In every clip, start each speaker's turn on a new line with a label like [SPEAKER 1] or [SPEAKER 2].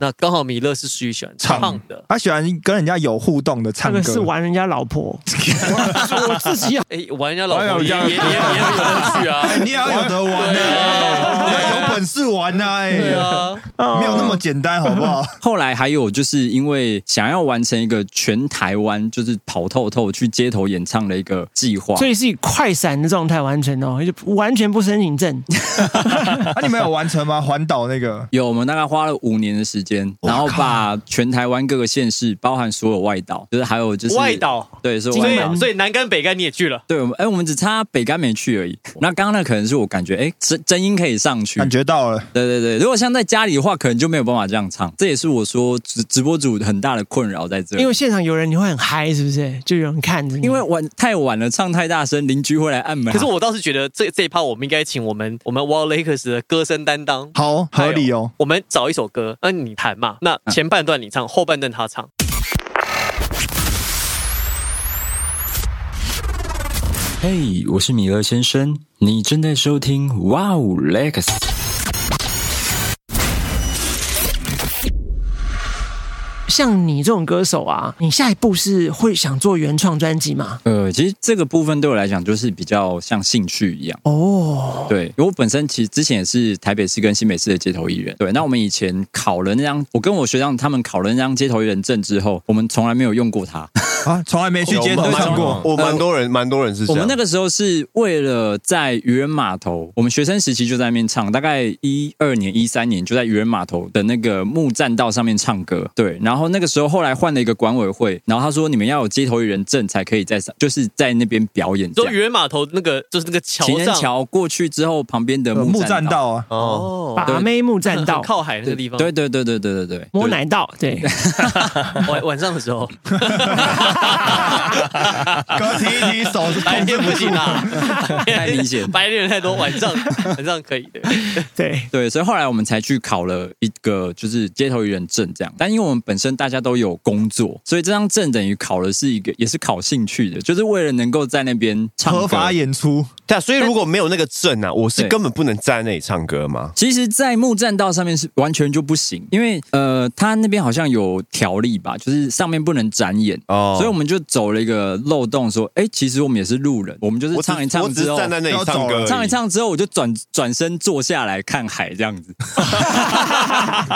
[SPEAKER 1] 那刚好米勒是属于喜欢唱的。
[SPEAKER 2] 他喜欢跟人家有互动的
[SPEAKER 3] 他
[SPEAKER 2] 唱歌，
[SPEAKER 3] 们是玩人家老婆， 我我自己
[SPEAKER 1] 哎、玩人家老
[SPEAKER 4] 玩
[SPEAKER 1] 婆
[SPEAKER 4] 人
[SPEAKER 1] 也
[SPEAKER 4] 家
[SPEAKER 1] 也也也很有乐趣啊。
[SPEAKER 2] 你也要有得玩呢、
[SPEAKER 1] 对
[SPEAKER 2] 你要有本事玩呐、哎
[SPEAKER 1] 对啊，
[SPEAKER 2] 没有那么简单，好不好？
[SPEAKER 5] 后来还有就是因为想要完成一个全台湾就是跑透透去街头演唱的一个计划，
[SPEAKER 3] 所以是以快闪的状态完成哦，就完全不申请证。
[SPEAKER 2] 啊，你们有完成吗？环岛那个，
[SPEAKER 5] 有，我们大概花了五年的时间，然后把全台湾各个县市，包含所有外岛，就是还有就是
[SPEAKER 1] 外，岛，
[SPEAKER 5] 对，是
[SPEAKER 1] 所
[SPEAKER 5] 外岛
[SPEAKER 1] 以。所以南干北干你也去了，
[SPEAKER 5] 对，我们哎，我们只差北干没去而已。那刚刚那可能是我感觉，哎，真真音可以上去。
[SPEAKER 2] 感觉到了，
[SPEAKER 5] 对对对，如果像在家里的话，可能就没有办法这样唱。这也是我说直直播组很大的困扰在这里，
[SPEAKER 3] 因为现场有人，你会很嗨，是不是？就有人看着你，
[SPEAKER 5] 因为晚太晚了，唱太大声，邻居会来按门。
[SPEAKER 1] 可是我倒是觉得这这一趴我们应该请我们我们 Wall Lakers 的歌声担当，
[SPEAKER 2] 好合理哦。
[SPEAKER 1] 我们找一首歌，那、你弹嘛，那前半段你唱，后半段他唱。
[SPEAKER 5] 嘿我是米勒先生，你正在收听哇哦 Legacy。
[SPEAKER 3] 像你这种歌手啊，你下一步是会想做原创专辑吗？
[SPEAKER 5] 呃，其实这个部分对我来讲就是比较像兴趣一样。
[SPEAKER 3] 哦，
[SPEAKER 5] 对，因为我本身其实之前也是台北市跟新北市的街头艺人。对，那我们以前考了那张，我跟我学长他们考了那张街头艺人证之后，我们从来没有用过它。
[SPEAKER 2] 啊，从来没去街头唱过。
[SPEAKER 4] 我蛮多人，蛮多人是这
[SPEAKER 5] 我
[SPEAKER 4] 样。
[SPEAKER 5] 们那个时候是为了在渔人码头，我们学生时期就在那边唱，大概一二年、一三年就在渔人码头的那个木栈道上面唱歌。对，然后那个时候后来换了一个管委会，然后他说你们要有街头艺人证才可以在上，就是在那边表演这
[SPEAKER 1] 就
[SPEAKER 5] 样。
[SPEAKER 1] 渔人码头那个就是那个桥
[SPEAKER 5] 情人
[SPEAKER 1] 上
[SPEAKER 5] 桥过去之后，旁边的
[SPEAKER 2] 呃木栈
[SPEAKER 5] 栈
[SPEAKER 2] 道啊，
[SPEAKER 4] 哦，
[SPEAKER 1] 哦，
[SPEAKER 3] 把妹木
[SPEAKER 1] 很
[SPEAKER 3] 栈道、
[SPEAKER 1] 靠海那个地方，
[SPEAKER 5] 对对对对对对对，
[SPEAKER 3] 摸奶道，对，
[SPEAKER 1] 晚晚上的时候，
[SPEAKER 2] 哥提一提手是
[SPEAKER 1] 白
[SPEAKER 2] 控制
[SPEAKER 1] 天不
[SPEAKER 2] 住
[SPEAKER 1] 行啦，
[SPEAKER 5] 太明显
[SPEAKER 1] 白天人太多，晚上晚上可以的。
[SPEAKER 3] 对，
[SPEAKER 5] 对，所以后来我们才去考了一个就是街头艺人证这样。但因为我们本身大家都有工作，所以这张证等于考的是一个也是考兴趣的，就是为了能够在那边唱歌
[SPEAKER 2] 合法演出，
[SPEAKER 4] 对啊，所以如果没有那个证啊，我是
[SPEAKER 5] 对
[SPEAKER 4] 根本不能站在那里唱歌嘛。
[SPEAKER 5] 其实，在木栈道上面是完全就不行，因为呃，他那边好像有条例吧，就是上面不能展演，
[SPEAKER 4] 哦，
[SPEAKER 5] 所以我们就走了一个漏洞，说，哎，其实我们也是路人，我们就是
[SPEAKER 4] 我只
[SPEAKER 5] 唱一
[SPEAKER 4] 我
[SPEAKER 5] 唱
[SPEAKER 4] 只
[SPEAKER 5] 之
[SPEAKER 4] 是
[SPEAKER 5] 后，
[SPEAKER 4] 站在那里唱歌而已，
[SPEAKER 5] 唱一唱之后，我就转转身坐下来看海这样子。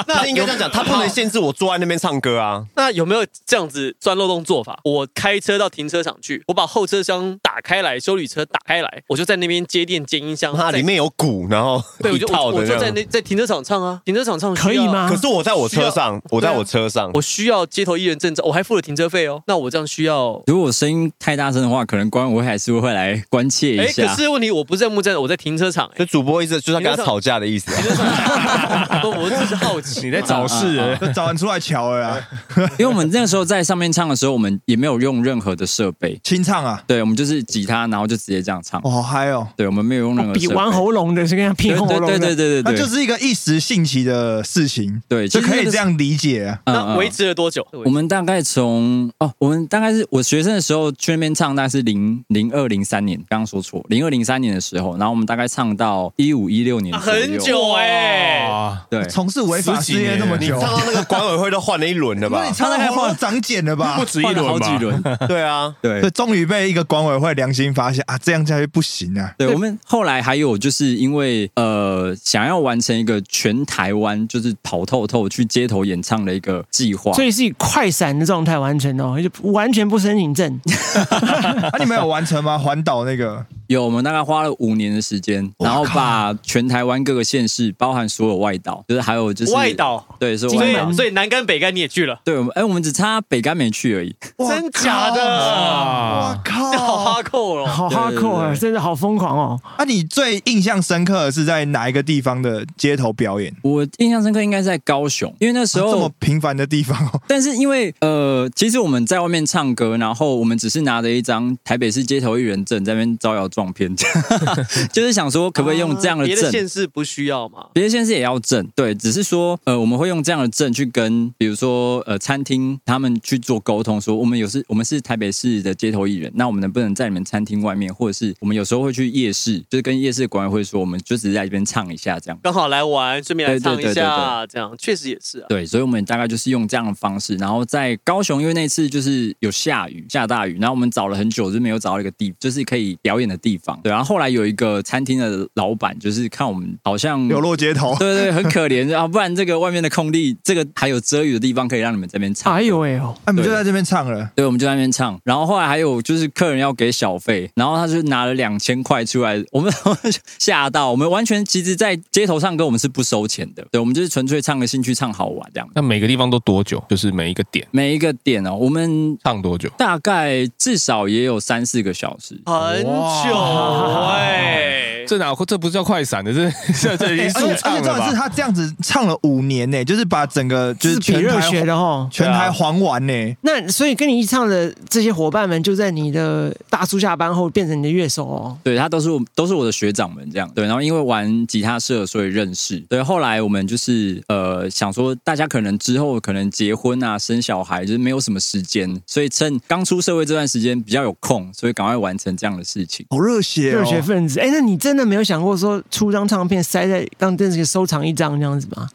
[SPEAKER 4] 那应该这样讲，他不能限制我坐在那边唱歌啊。
[SPEAKER 1] 那有没有这样子钻漏洞做法？我开车到停车场去，我把后车厢打开来，修理车打开来，我就在那边接电接音箱，
[SPEAKER 4] 它
[SPEAKER 1] 在
[SPEAKER 4] 里面有鼓，然后
[SPEAKER 1] 对，我
[SPEAKER 4] 一
[SPEAKER 1] 就
[SPEAKER 4] 套
[SPEAKER 1] 我
[SPEAKER 4] 的
[SPEAKER 1] 我就
[SPEAKER 4] 那
[SPEAKER 1] 在
[SPEAKER 4] 种。
[SPEAKER 1] 那在停车场唱啊，停车场唱需要
[SPEAKER 3] 可以？吗
[SPEAKER 4] 可？是我在我车上，我在
[SPEAKER 1] 对啊
[SPEAKER 4] 我车上，
[SPEAKER 1] 我需要街头艺人证照，我还付了停车费哦。那我这样需要？
[SPEAKER 5] 如果声音太大声的话，可能管委会还是会来关切
[SPEAKER 1] 哎
[SPEAKER 5] 一，
[SPEAKER 1] 可
[SPEAKER 5] 下。
[SPEAKER 1] 是问题我不是在木站，我在停车场。 哎
[SPEAKER 4] 就主播一直就是要跟他吵架的意思啊。
[SPEAKER 1] 停车 场，不我只是好奇。
[SPEAKER 6] 你在找事人。
[SPEAKER 2] 就找人出来瞧了啊，
[SPEAKER 5] 因为我们那个时候在上面唱的时候，我们也没有用任何的设备，
[SPEAKER 2] 清唱啊，
[SPEAKER 5] 对，我们就是吉他，然后就直接这样唱。
[SPEAKER 2] 哦，好嗨哦，
[SPEAKER 5] 对，我们没有用任何设备
[SPEAKER 3] 比
[SPEAKER 1] 哦
[SPEAKER 3] 玩喉咙的是跟人家
[SPEAKER 5] 对
[SPEAKER 3] 拼喉咙的，
[SPEAKER 5] 对对对对
[SPEAKER 2] 那
[SPEAKER 5] 对，
[SPEAKER 2] 就是一个一时兴起的事情，
[SPEAKER 5] 对，
[SPEAKER 2] 就
[SPEAKER 5] 其实
[SPEAKER 2] 可
[SPEAKER 5] 那
[SPEAKER 2] 以
[SPEAKER 5] 个
[SPEAKER 2] 这。样理解啊。
[SPEAKER 5] 嗯
[SPEAKER 1] 那
[SPEAKER 5] 嗯
[SPEAKER 1] 维持了多久？
[SPEAKER 5] 我们大概从哦，我们大概是我学生的时候去那边唱，大概是零零二零三年，刚刚说错，零二零三年的时候，然后我们大概唱到一五一六年
[SPEAKER 1] 啊
[SPEAKER 5] 左右
[SPEAKER 1] 很久哎、
[SPEAKER 6] 哇
[SPEAKER 5] 对，
[SPEAKER 2] 从事违法
[SPEAKER 6] 十几
[SPEAKER 2] 事业那么
[SPEAKER 6] 年
[SPEAKER 4] 你
[SPEAKER 2] 久
[SPEAKER 4] 唱，到那个管委会都换了一轮了
[SPEAKER 2] 那
[SPEAKER 4] 吧
[SPEAKER 2] 你？唱到喉咙长茧了吧
[SPEAKER 6] 不？止一
[SPEAKER 5] 换了好
[SPEAKER 6] 轮
[SPEAKER 5] 几
[SPEAKER 6] 吧？
[SPEAKER 5] 轮，
[SPEAKER 4] 对啊，
[SPEAKER 5] 对
[SPEAKER 2] 对，，终于被一个管委会良心发现啊，这样下去不 行啊。
[SPEAKER 5] 对，我们后来还有就是因为呃，想要完成一个全台湾就是跑透透去街头演唱的一个计划，
[SPEAKER 3] 所以是以快闪的状态完成哦，就完全不申请证。
[SPEAKER 2] 啊，你们有完成吗？环岛那个
[SPEAKER 5] 有我们大概花了五年的时间，然后把全台湾各个县市，包含所有外岛，就是还有就是
[SPEAKER 1] 外，岛，
[SPEAKER 5] 对，是
[SPEAKER 1] 所
[SPEAKER 5] 外岛
[SPEAKER 1] 以。所以南干北干你也去了，
[SPEAKER 5] 对，我们哎，我们只差北干没去而已。
[SPEAKER 1] 真假的？
[SPEAKER 2] 哇
[SPEAKER 6] 啊，
[SPEAKER 2] 靠！
[SPEAKER 1] 这好哈扣 哦！
[SPEAKER 3] 好
[SPEAKER 5] 对
[SPEAKER 3] 哈
[SPEAKER 5] 对对
[SPEAKER 3] 扣啊，
[SPEAKER 5] 对
[SPEAKER 3] 真的好疯狂哦！
[SPEAKER 2] 啊，你最印象深刻的是在哪一个地方的街头表演？
[SPEAKER 5] 我印象深刻应该是在高雄，因为那时
[SPEAKER 1] 啊
[SPEAKER 2] 这
[SPEAKER 5] 候
[SPEAKER 2] 么平凡的地方哦，
[SPEAKER 5] 但是因为呃，其实我们在外面唱歌，然后我们只是拿着一张台北市街头艺人证在那边招摇撞偏， 就是想说可不可以用这样的
[SPEAKER 1] 啊别
[SPEAKER 5] 证
[SPEAKER 1] 的？县市不需要嘛？
[SPEAKER 5] 别的县市也要证，对，只是说，呃，我们会用这样的证去跟，比如说，呃，餐厅他们去做沟通，说我们有是，我们是台北市的街头艺人，那我们能不能在你们餐厅外面，或者是我们有时候会去夜市，就是跟夜市管委会说，我们就只是在这边唱一下这样。
[SPEAKER 1] 刚好来玩，顺便来
[SPEAKER 5] 对对
[SPEAKER 1] 唱一
[SPEAKER 5] 对对
[SPEAKER 1] 下，这样确实也是啊。
[SPEAKER 5] 对，所以我们大概就是用这样的方式，然后在高雄，因为那次就是有下雨，下大雨，然后我们找了很久，就没有找到一个地，就是可以表演的地方。对，然后后来有一个餐厅的老板，就是看我们好像
[SPEAKER 2] 流落街头。
[SPEAKER 5] 嗯 对对，很可怜啊！不然这个外面的空地，这个还有遮雨的地方，可以让你们这边唱。
[SPEAKER 3] 哎呦哎呦，
[SPEAKER 2] 啊，你们就在这边唱了，
[SPEAKER 5] 对，我们就在那边唱，然后后来还有就是客人要给小费，然后他就拿了两千块出来， 我们吓到，我们完全其实，在街头唱歌我们是不收钱的，对，我们就是纯粹唱个兴趣，唱好玩这样。
[SPEAKER 6] 那每个地方都多久？就是每一个点
[SPEAKER 5] 每一个点哦，我们
[SPEAKER 6] 唱多久？
[SPEAKER 5] 大概至少也有三四个小时，
[SPEAKER 1] 很久哎、
[SPEAKER 6] 这哪这不是叫快闪的， 这这这已经
[SPEAKER 2] 而且
[SPEAKER 6] 速
[SPEAKER 2] 哎而且
[SPEAKER 6] 唱了
[SPEAKER 2] 重点
[SPEAKER 6] 吧？
[SPEAKER 2] 是他这样子唱了五年呢，就是把整个就是
[SPEAKER 3] 是比
[SPEAKER 2] 全
[SPEAKER 3] 热血
[SPEAKER 2] 台
[SPEAKER 3] 的哦。
[SPEAKER 2] 全台还完呢。
[SPEAKER 3] 那所以跟你一起唱的这些伙伴们，就在你的大叔下班后变成你的乐手哦。
[SPEAKER 5] 对他都是我都是我的学长们这样，对，然后因为玩吉他社所以认识，对，后来我们就是呃想说大家可能之后可能结婚啊生小孩就是没有什么时间，所以趁刚出社会这段时间比较有空，所以赶快完成这样的事情。
[SPEAKER 2] 好热血
[SPEAKER 3] 热
[SPEAKER 2] 哦！
[SPEAKER 3] 血分子，哎，那你真的没有想过说出张唱片塞在当电视收藏一张这样子吗？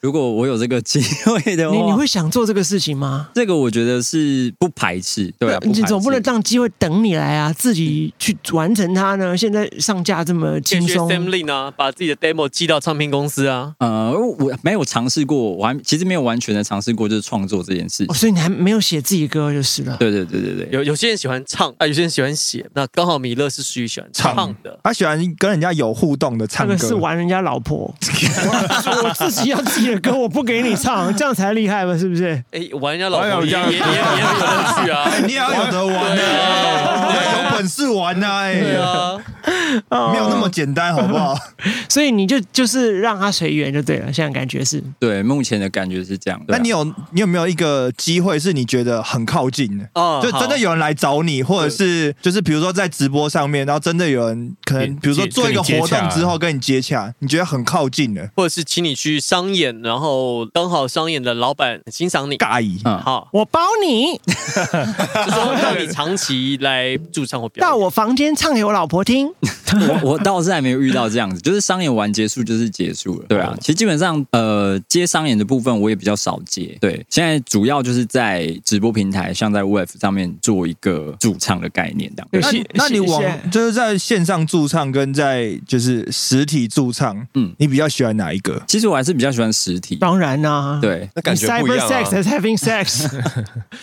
[SPEAKER 5] 如果我有这啊个机会的话，
[SPEAKER 3] 你你会想做这个事情吗？
[SPEAKER 5] 这个我觉得是不排斥，对啊，
[SPEAKER 3] 那呃你
[SPEAKER 5] 排斥
[SPEAKER 3] 总不能让机会等你来啊，自己去完成它呢？现在上架这么
[SPEAKER 1] 解
[SPEAKER 3] 轻
[SPEAKER 1] 决
[SPEAKER 3] 松，
[SPEAKER 1] Sam Lin 啊，把自己的 demo 寄到唱片公司啊。
[SPEAKER 5] 呃，我没有尝试过，我还其实没有完全的尝试过就是创作这件事
[SPEAKER 3] 哦，
[SPEAKER 5] 情。
[SPEAKER 3] 所以你还没有写自己歌就是了。
[SPEAKER 5] 对对对对对，
[SPEAKER 1] 有有些人喜欢唱啊，有些人喜欢写。那刚好米勒是属于喜欢唱的，
[SPEAKER 2] 他喜欢跟人家有互动的
[SPEAKER 3] 这
[SPEAKER 2] 唱
[SPEAKER 3] 个
[SPEAKER 2] 歌，
[SPEAKER 3] 是玩人家老婆， 我我自己要自己的歌，我不给你唱，这样才厉害吧？是不是？
[SPEAKER 1] 哎，玩人家老
[SPEAKER 6] 哎呦
[SPEAKER 1] 婆也
[SPEAKER 6] 这
[SPEAKER 1] 也
[SPEAKER 6] 样
[SPEAKER 1] 也也有 乐趣啊。
[SPEAKER 2] 哎 你也要有得玩啊，你要有本事玩呐，哎，
[SPEAKER 1] 对啊，
[SPEAKER 2] 没有那么简单，好不好？
[SPEAKER 3] 所以你就就是让他随缘就对了。现在感觉是，
[SPEAKER 5] 对，目前的感觉是这样。对
[SPEAKER 2] 那
[SPEAKER 5] 啊
[SPEAKER 2] 你有你有没有一个机会是你觉得很靠近的？
[SPEAKER 1] 哦
[SPEAKER 2] 就真的有人来找你，或者是就是比如说在直播上面，然后真的有人可
[SPEAKER 6] 接
[SPEAKER 2] 能比如说做一个
[SPEAKER 6] 跟你
[SPEAKER 2] 活
[SPEAKER 6] 接洽
[SPEAKER 2] 动之后跟你接洽，你觉得很靠近的，
[SPEAKER 1] 或者是请你去商演，然后刚好商演的老板很欣赏你，
[SPEAKER 2] 尬意。
[SPEAKER 5] 嗯
[SPEAKER 1] 好，
[SPEAKER 3] 我包你
[SPEAKER 1] 就说让你长期来驻唱或表演。
[SPEAKER 3] 到我房间唱给我老婆听。
[SPEAKER 5] 我我倒是还没有遇到这样子，就是商演完结束就是结束了。对啊，其实基本上呃接商演的部分我也比较少接。对，现在主要就是在直播平台，像在 Wave 上面做一个驻唱的概念这样。
[SPEAKER 3] 有
[SPEAKER 2] 那
[SPEAKER 3] 些
[SPEAKER 2] 你那你
[SPEAKER 3] 有些
[SPEAKER 2] 往就是在线上驻唱跟在就是实体驻唱，
[SPEAKER 5] 嗯
[SPEAKER 2] 嗯，你比较喜欢哪一个？
[SPEAKER 5] 其实我还是比较喜欢实体。
[SPEAKER 3] 当然啦、
[SPEAKER 5] 对，
[SPEAKER 4] 那感觉不一
[SPEAKER 3] cyber
[SPEAKER 4] 样
[SPEAKER 3] sex
[SPEAKER 4] 啊。
[SPEAKER 3] is having sex，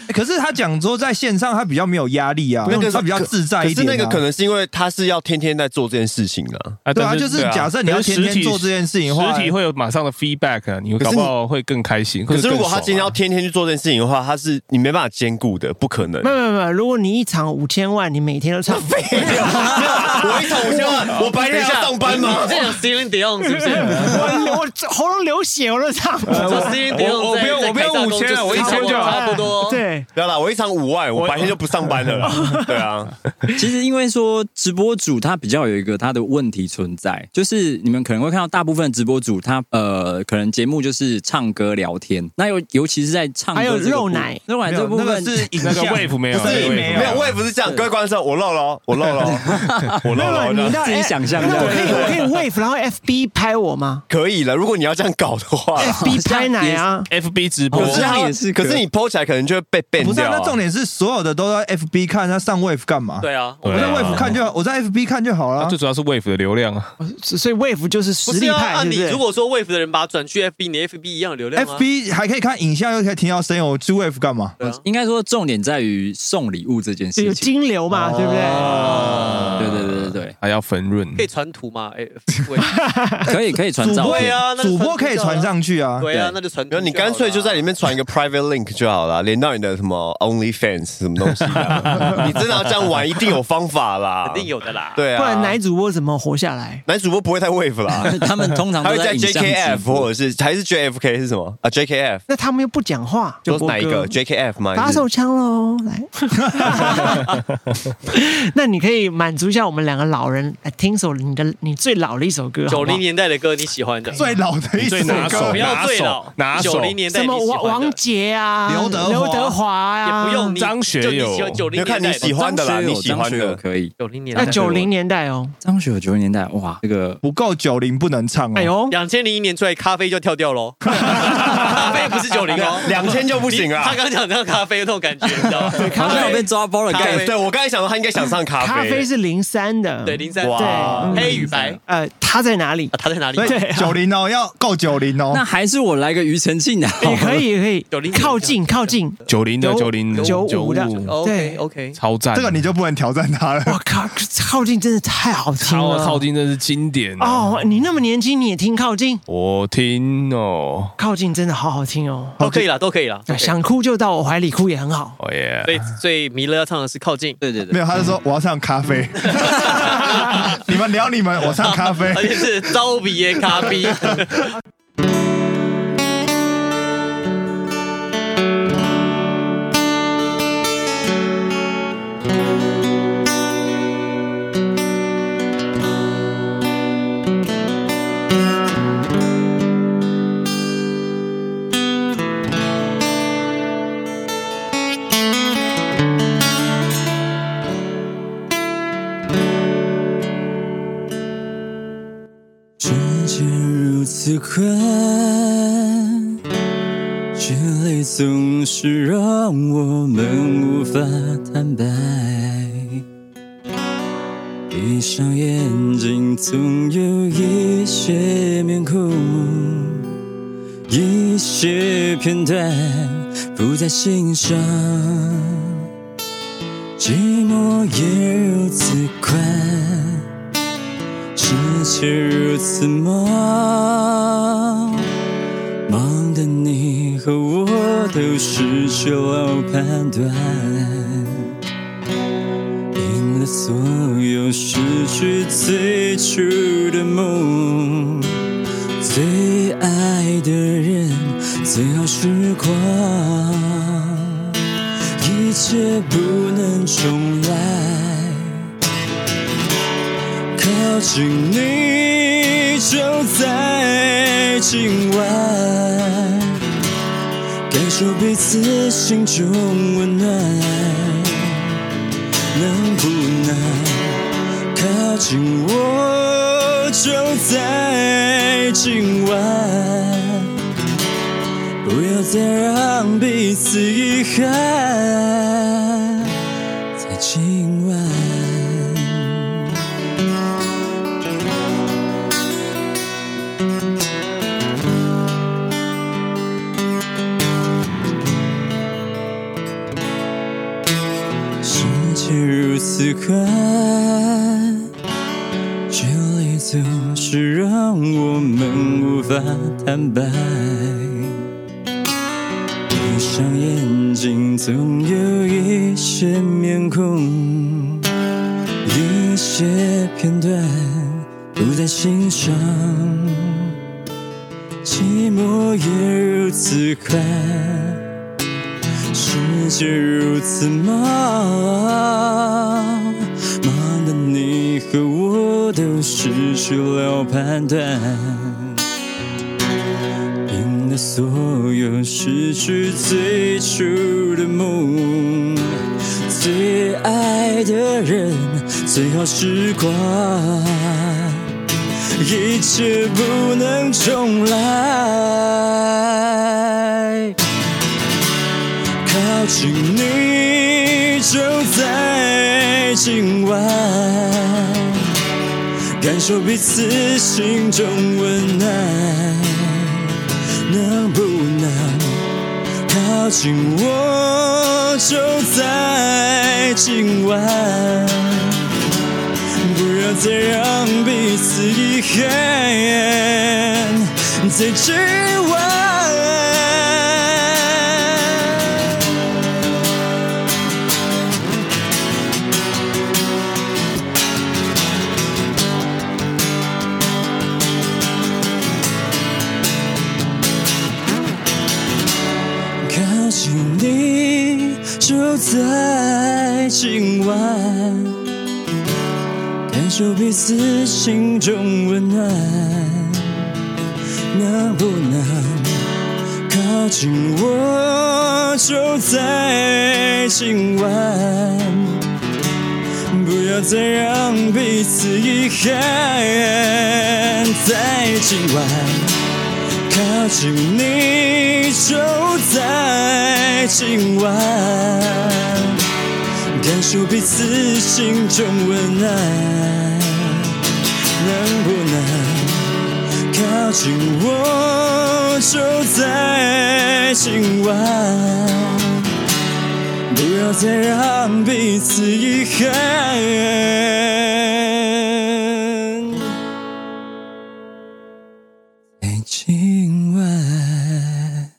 [SPEAKER 2] 欸可是他讲说在线上他比较没有压力啊，
[SPEAKER 4] 那个是
[SPEAKER 2] 他比较自在
[SPEAKER 4] 可
[SPEAKER 2] 一
[SPEAKER 4] 是
[SPEAKER 2] 点、啊。
[SPEAKER 4] 那个可能是因为他是要天天在做这件事情啊，
[SPEAKER 6] 啊
[SPEAKER 2] 对啊，
[SPEAKER 6] 但
[SPEAKER 2] 就是假设你要天天做这件事情的话，
[SPEAKER 6] 实体会有马上的 feedback，啊你会
[SPEAKER 4] 可是
[SPEAKER 6] 搞
[SPEAKER 4] 你
[SPEAKER 6] 不好会更开心。
[SPEAKER 4] 可是如果他
[SPEAKER 6] 会更爽啊
[SPEAKER 4] 今天要天天去做这件事情的话，他是你没办法兼顾的，不可能
[SPEAKER 3] 没。有没有没有，如果你一场五千万，你每天都唱，
[SPEAKER 4] 我一场五千
[SPEAKER 1] 啊
[SPEAKER 4] 万，我白天要上班 吗
[SPEAKER 1] 你？ 这样 Celine Dion 是不是？
[SPEAKER 3] 我我喉咙流血我都唱。
[SPEAKER 1] 我 Celine Dion
[SPEAKER 6] 我我不用
[SPEAKER 1] 在
[SPEAKER 6] 我不用
[SPEAKER 1] 在
[SPEAKER 6] 5000了
[SPEAKER 1] 凯撒宫是
[SPEAKER 6] 我1000就好
[SPEAKER 1] 差不多。
[SPEAKER 3] 对，
[SPEAKER 4] 不要啦，我一场五万，我白天就不上班了 啦。对啊，
[SPEAKER 5] 其实因为说直播主他比较有一个他的问题存在，就是你们可能会看到大部分直播主他呃可能节目就是唱歌聊天，那尤尤其是在唱歌
[SPEAKER 3] 还有
[SPEAKER 5] 这个部
[SPEAKER 3] 肉奶
[SPEAKER 5] 肉奶
[SPEAKER 2] 没
[SPEAKER 5] 这
[SPEAKER 2] 有
[SPEAKER 5] 部
[SPEAKER 2] 那
[SPEAKER 5] 分
[SPEAKER 2] 个 是影
[SPEAKER 6] 那个
[SPEAKER 2] 像
[SPEAKER 6] wave 没有，
[SPEAKER 2] 不是
[SPEAKER 6] 那个 wave
[SPEAKER 2] 没有
[SPEAKER 4] 没有，我也不是这样。各位观众，我漏了哦，我漏 了哦，我漏了哦。
[SPEAKER 3] 你
[SPEAKER 4] 那
[SPEAKER 3] 那
[SPEAKER 5] 自己想象一下
[SPEAKER 3] 那我可以我可以 wave，然后 FB 拍我吗
[SPEAKER 4] 可以了，如果你要这样搞的话，
[SPEAKER 3] ？FB 拍奶啊？
[SPEAKER 6] FB 直播
[SPEAKER 4] 可是
[SPEAKER 5] 这
[SPEAKER 4] 他
[SPEAKER 5] 样也是可
[SPEAKER 4] 可是你 PO 起来可能就会被 ban
[SPEAKER 2] 不是、啊
[SPEAKER 4] 掉、，
[SPEAKER 2] 那重点是所有的都在 FB 看，他上 Wave 干嘛？
[SPEAKER 1] 对啊，
[SPEAKER 6] 对
[SPEAKER 2] 我在
[SPEAKER 6] 啊
[SPEAKER 2] Wave 看就好，我在 FB 看就好了
[SPEAKER 6] 那
[SPEAKER 2] 啊。
[SPEAKER 6] 最主要是 Wave 的流量啊，
[SPEAKER 3] 所以 wave 就是实
[SPEAKER 1] 不是
[SPEAKER 3] 力
[SPEAKER 1] 啊，
[SPEAKER 3] 派，
[SPEAKER 1] 啊
[SPEAKER 3] 对不
[SPEAKER 1] 你
[SPEAKER 3] 对？
[SPEAKER 1] 如果说 Wave 的人把它转去 FB，你 FB 一样有流量啊。
[SPEAKER 2] FB 还可以看影像，又可以听到声音，我去 Wave 干嘛？
[SPEAKER 1] 对啊
[SPEAKER 5] 哦应该说重点在于送礼物这件
[SPEAKER 3] 就有
[SPEAKER 5] 事情。
[SPEAKER 3] 金流嘛，对不对？
[SPEAKER 5] 对对对对对，
[SPEAKER 6] 还要分润。
[SPEAKER 1] 可以传图嘛？哎，
[SPEAKER 5] 可以可以传
[SPEAKER 2] 主
[SPEAKER 5] 照
[SPEAKER 2] 播
[SPEAKER 1] 对
[SPEAKER 5] 片。
[SPEAKER 1] 啊，那就
[SPEAKER 2] 主播可以传上去啊。
[SPEAKER 1] 对啊
[SPEAKER 5] 对，
[SPEAKER 1] 那就传图
[SPEAKER 4] 然
[SPEAKER 1] 好
[SPEAKER 4] 后
[SPEAKER 1] 了。
[SPEAKER 4] 你干脆就在里面传一 个 private link 就好了，连到你的什么 OnlyFans 什么东西 的。你真的要这样玩，一定有方法啦，
[SPEAKER 1] 肯定。有的啦。
[SPEAKER 4] 对啊，
[SPEAKER 3] 不然男主播怎么活下来？
[SPEAKER 4] 男主播不会太 wave 啦，
[SPEAKER 5] 啊他们通常
[SPEAKER 4] 他
[SPEAKER 5] 都
[SPEAKER 4] 会在
[SPEAKER 5] 影像直
[SPEAKER 4] JKF
[SPEAKER 5] 播，
[SPEAKER 4] 或者是还是 JFK 是什么啊？JKF
[SPEAKER 3] 那他们又不讲话，
[SPEAKER 4] 都
[SPEAKER 3] 就是
[SPEAKER 4] 哪一个？JKF 吗？
[SPEAKER 3] 打手枪喽，来。那你可以满足一下我们两个个老人来听首你的你最老的一首歌，
[SPEAKER 1] 九
[SPEAKER 3] 好不好
[SPEAKER 1] 零年代的歌你喜欢的，
[SPEAKER 2] 最老的一首
[SPEAKER 4] 最拿手
[SPEAKER 2] 歌
[SPEAKER 1] 不，要最老，
[SPEAKER 4] 拿手
[SPEAKER 1] 九零年代
[SPEAKER 3] 什
[SPEAKER 1] 你
[SPEAKER 3] 么
[SPEAKER 1] 喜
[SPEAKER 3] 王
[SPEAKER 1] 欢
[SPEAKER 3] 王
[SPEAKER 1] 的，
[SPEAKER 3] 杰啊，
[SPEAKER 2] 刘德华
[SPEAKER 3] 刘德华啊呀，
[SPEAKER 1] 也不用你
[SPEAKER 4] 张学
[SPEAKER 1] 就你
[SPEAKER 4] 友
[SPEAKER 1] 喜欢九零
[SPEAKER 5] 你看
[SPEAKER 1] 年
[SPEAKER 5] 你
[SPEAKER 1] 代的
[SPEAKER 5] 喜欢的啦，
[SPEAKER 7] 张学
[SPEAKER 5] 你
[SPEAKER 7] 友
[SPEAKER 5] 喜欢
[SPEAKER 7] 张学友
[SPEAKER 5] 的。
[SPEAKER 7] 可以。
[SPEAKER 1] 九零年
[SPEAKER 3] 那
[SPEAKER 1] 代，
[SPEAKER 3] 九零年代哦，
[SPEAKER 7] 张学友九零年代，哇，这个
[SPEAKER 2] 不够九零不能
[SPEAKER 1] 嗯
[SPEAKER 2] 唱哦。
[SPEAKER 3] 哎呦，
[SPEAKER 1] 两千零一年出来，咖啡就跳掉喽，咖啡不是 九零哦，
[SPEAKER 5] 两千就不行
[SPEAKER 4] 啊
[SPEAKER 5] 了
[SPEAKER 1] 他。刚讲那个咖啡有那 种感觉，你知道吗？
[SPEAKER 7] 好像有被抓包的
[SPEAKER 1] 咖啡
[SPEAKER 7] 概
[SPEAKER 5] 对，
[SPEAKER 7] 念。
[SPEAKER 5] 对我刚才想说他应该想上咖啡。
[SPEAKER 3] 咖啡是零三的，
[SPEAKER 1] 对，零三
[SPEAKER 5] 哇
[SPEAKER 3] 对
[SPEAKER 1] 黑
[SPEAKER 2] 嗯
[SPEAKER 1] 与白，
[SPEAKER 3] 呃，他在哪里
[SPEAKER 1] 啊？他在哪里
[SPEAKER 2] 所？以九零哦，要够九零哦
[SPEAKER 7] 那。还是我来个庾澄庆的好了，
[SPEAKER 3] 也哎可以，也可以，
[SPEAKER 1] 90
[SPEAKER 3] 靠近，靠近。
[SPEAKER 4] 九零的
[SPEAKER 3] 九
[SPEAKER 4] 九零
[SPEAKER 3] 九五的对
[SPEAKER 1] OK OK，
[SPEAKER 4] 超赞，
[SPEAKER 2] 哦这个你就不能挑战他了。
[SPEAKER 3] 我靠，靠近真的太好听
[SPEAKER 4] 超
[SPEAKER 2] 啊
[SPEAKER 3] 了，
[SPEAKER 4] 靠近真是经典啊
[SPEAKER 3] 哦！你那么年轻，你也听靠近，
[SPEAKER 4] 我听哦，
[SPEAKER 3] 靠近真的好好听哦。
[SPEAKER 1] 都可以啦，都可以啦。
[SPEAKER 3] 对想哭就到我怀里哭也很好。
[SPEAKER 4] 哦耶
[SPEAKER 1] 所，以所以弥勒要唱的是靠近，
[SPEAKER 7] 对对
[SPEAKER 2] 没
[SPEAKER 7] 对，
[SPEAKER 2] 有，他就说我要唱咖啡。你们聊你们，我唱咖啡
[SPEAKER 1] 而。且是招比耶 咖啡。
[SPEAKER 7] 世界如此宽，距离总是让我们无法坦白。闭上眼睛，总有一些面孔，一些片段不在心上。寂寞也如此宽。世界如此忙，忙的你和我都失去了判断，赢了所有，失去最初的梦，最爱的人，最好时光。一切不能重来，靠近你就在今晚，感受彼此心中温暖，能不能靠近我就在今晚？不要再让彼此遗憾，在今晚。世界如此宽，距离总是让我们无法坦白。闭上眼睛，总有一些面孔，一些片段不在心上。寂寞也如此快。世界如此忙，忙的你和我都失去了判断，赢了所有，失去最初的梦，最爱的人，最好时光。一切不能重来。靠近你就在今晚，感受彼此心中温暖，能不能靠近我就在今晚，不要再让彼此遗憾，在今晚。靠近你就在今晚，感出彼此心中温暖，能不能？靠近我，就在今晚，不要再让彼此遗憾。在今晚，靠近你，就在今晚，感受彼此心中温暖，能不能？靠近我，就在今晚，不要再让彼此遗憾。在今晚。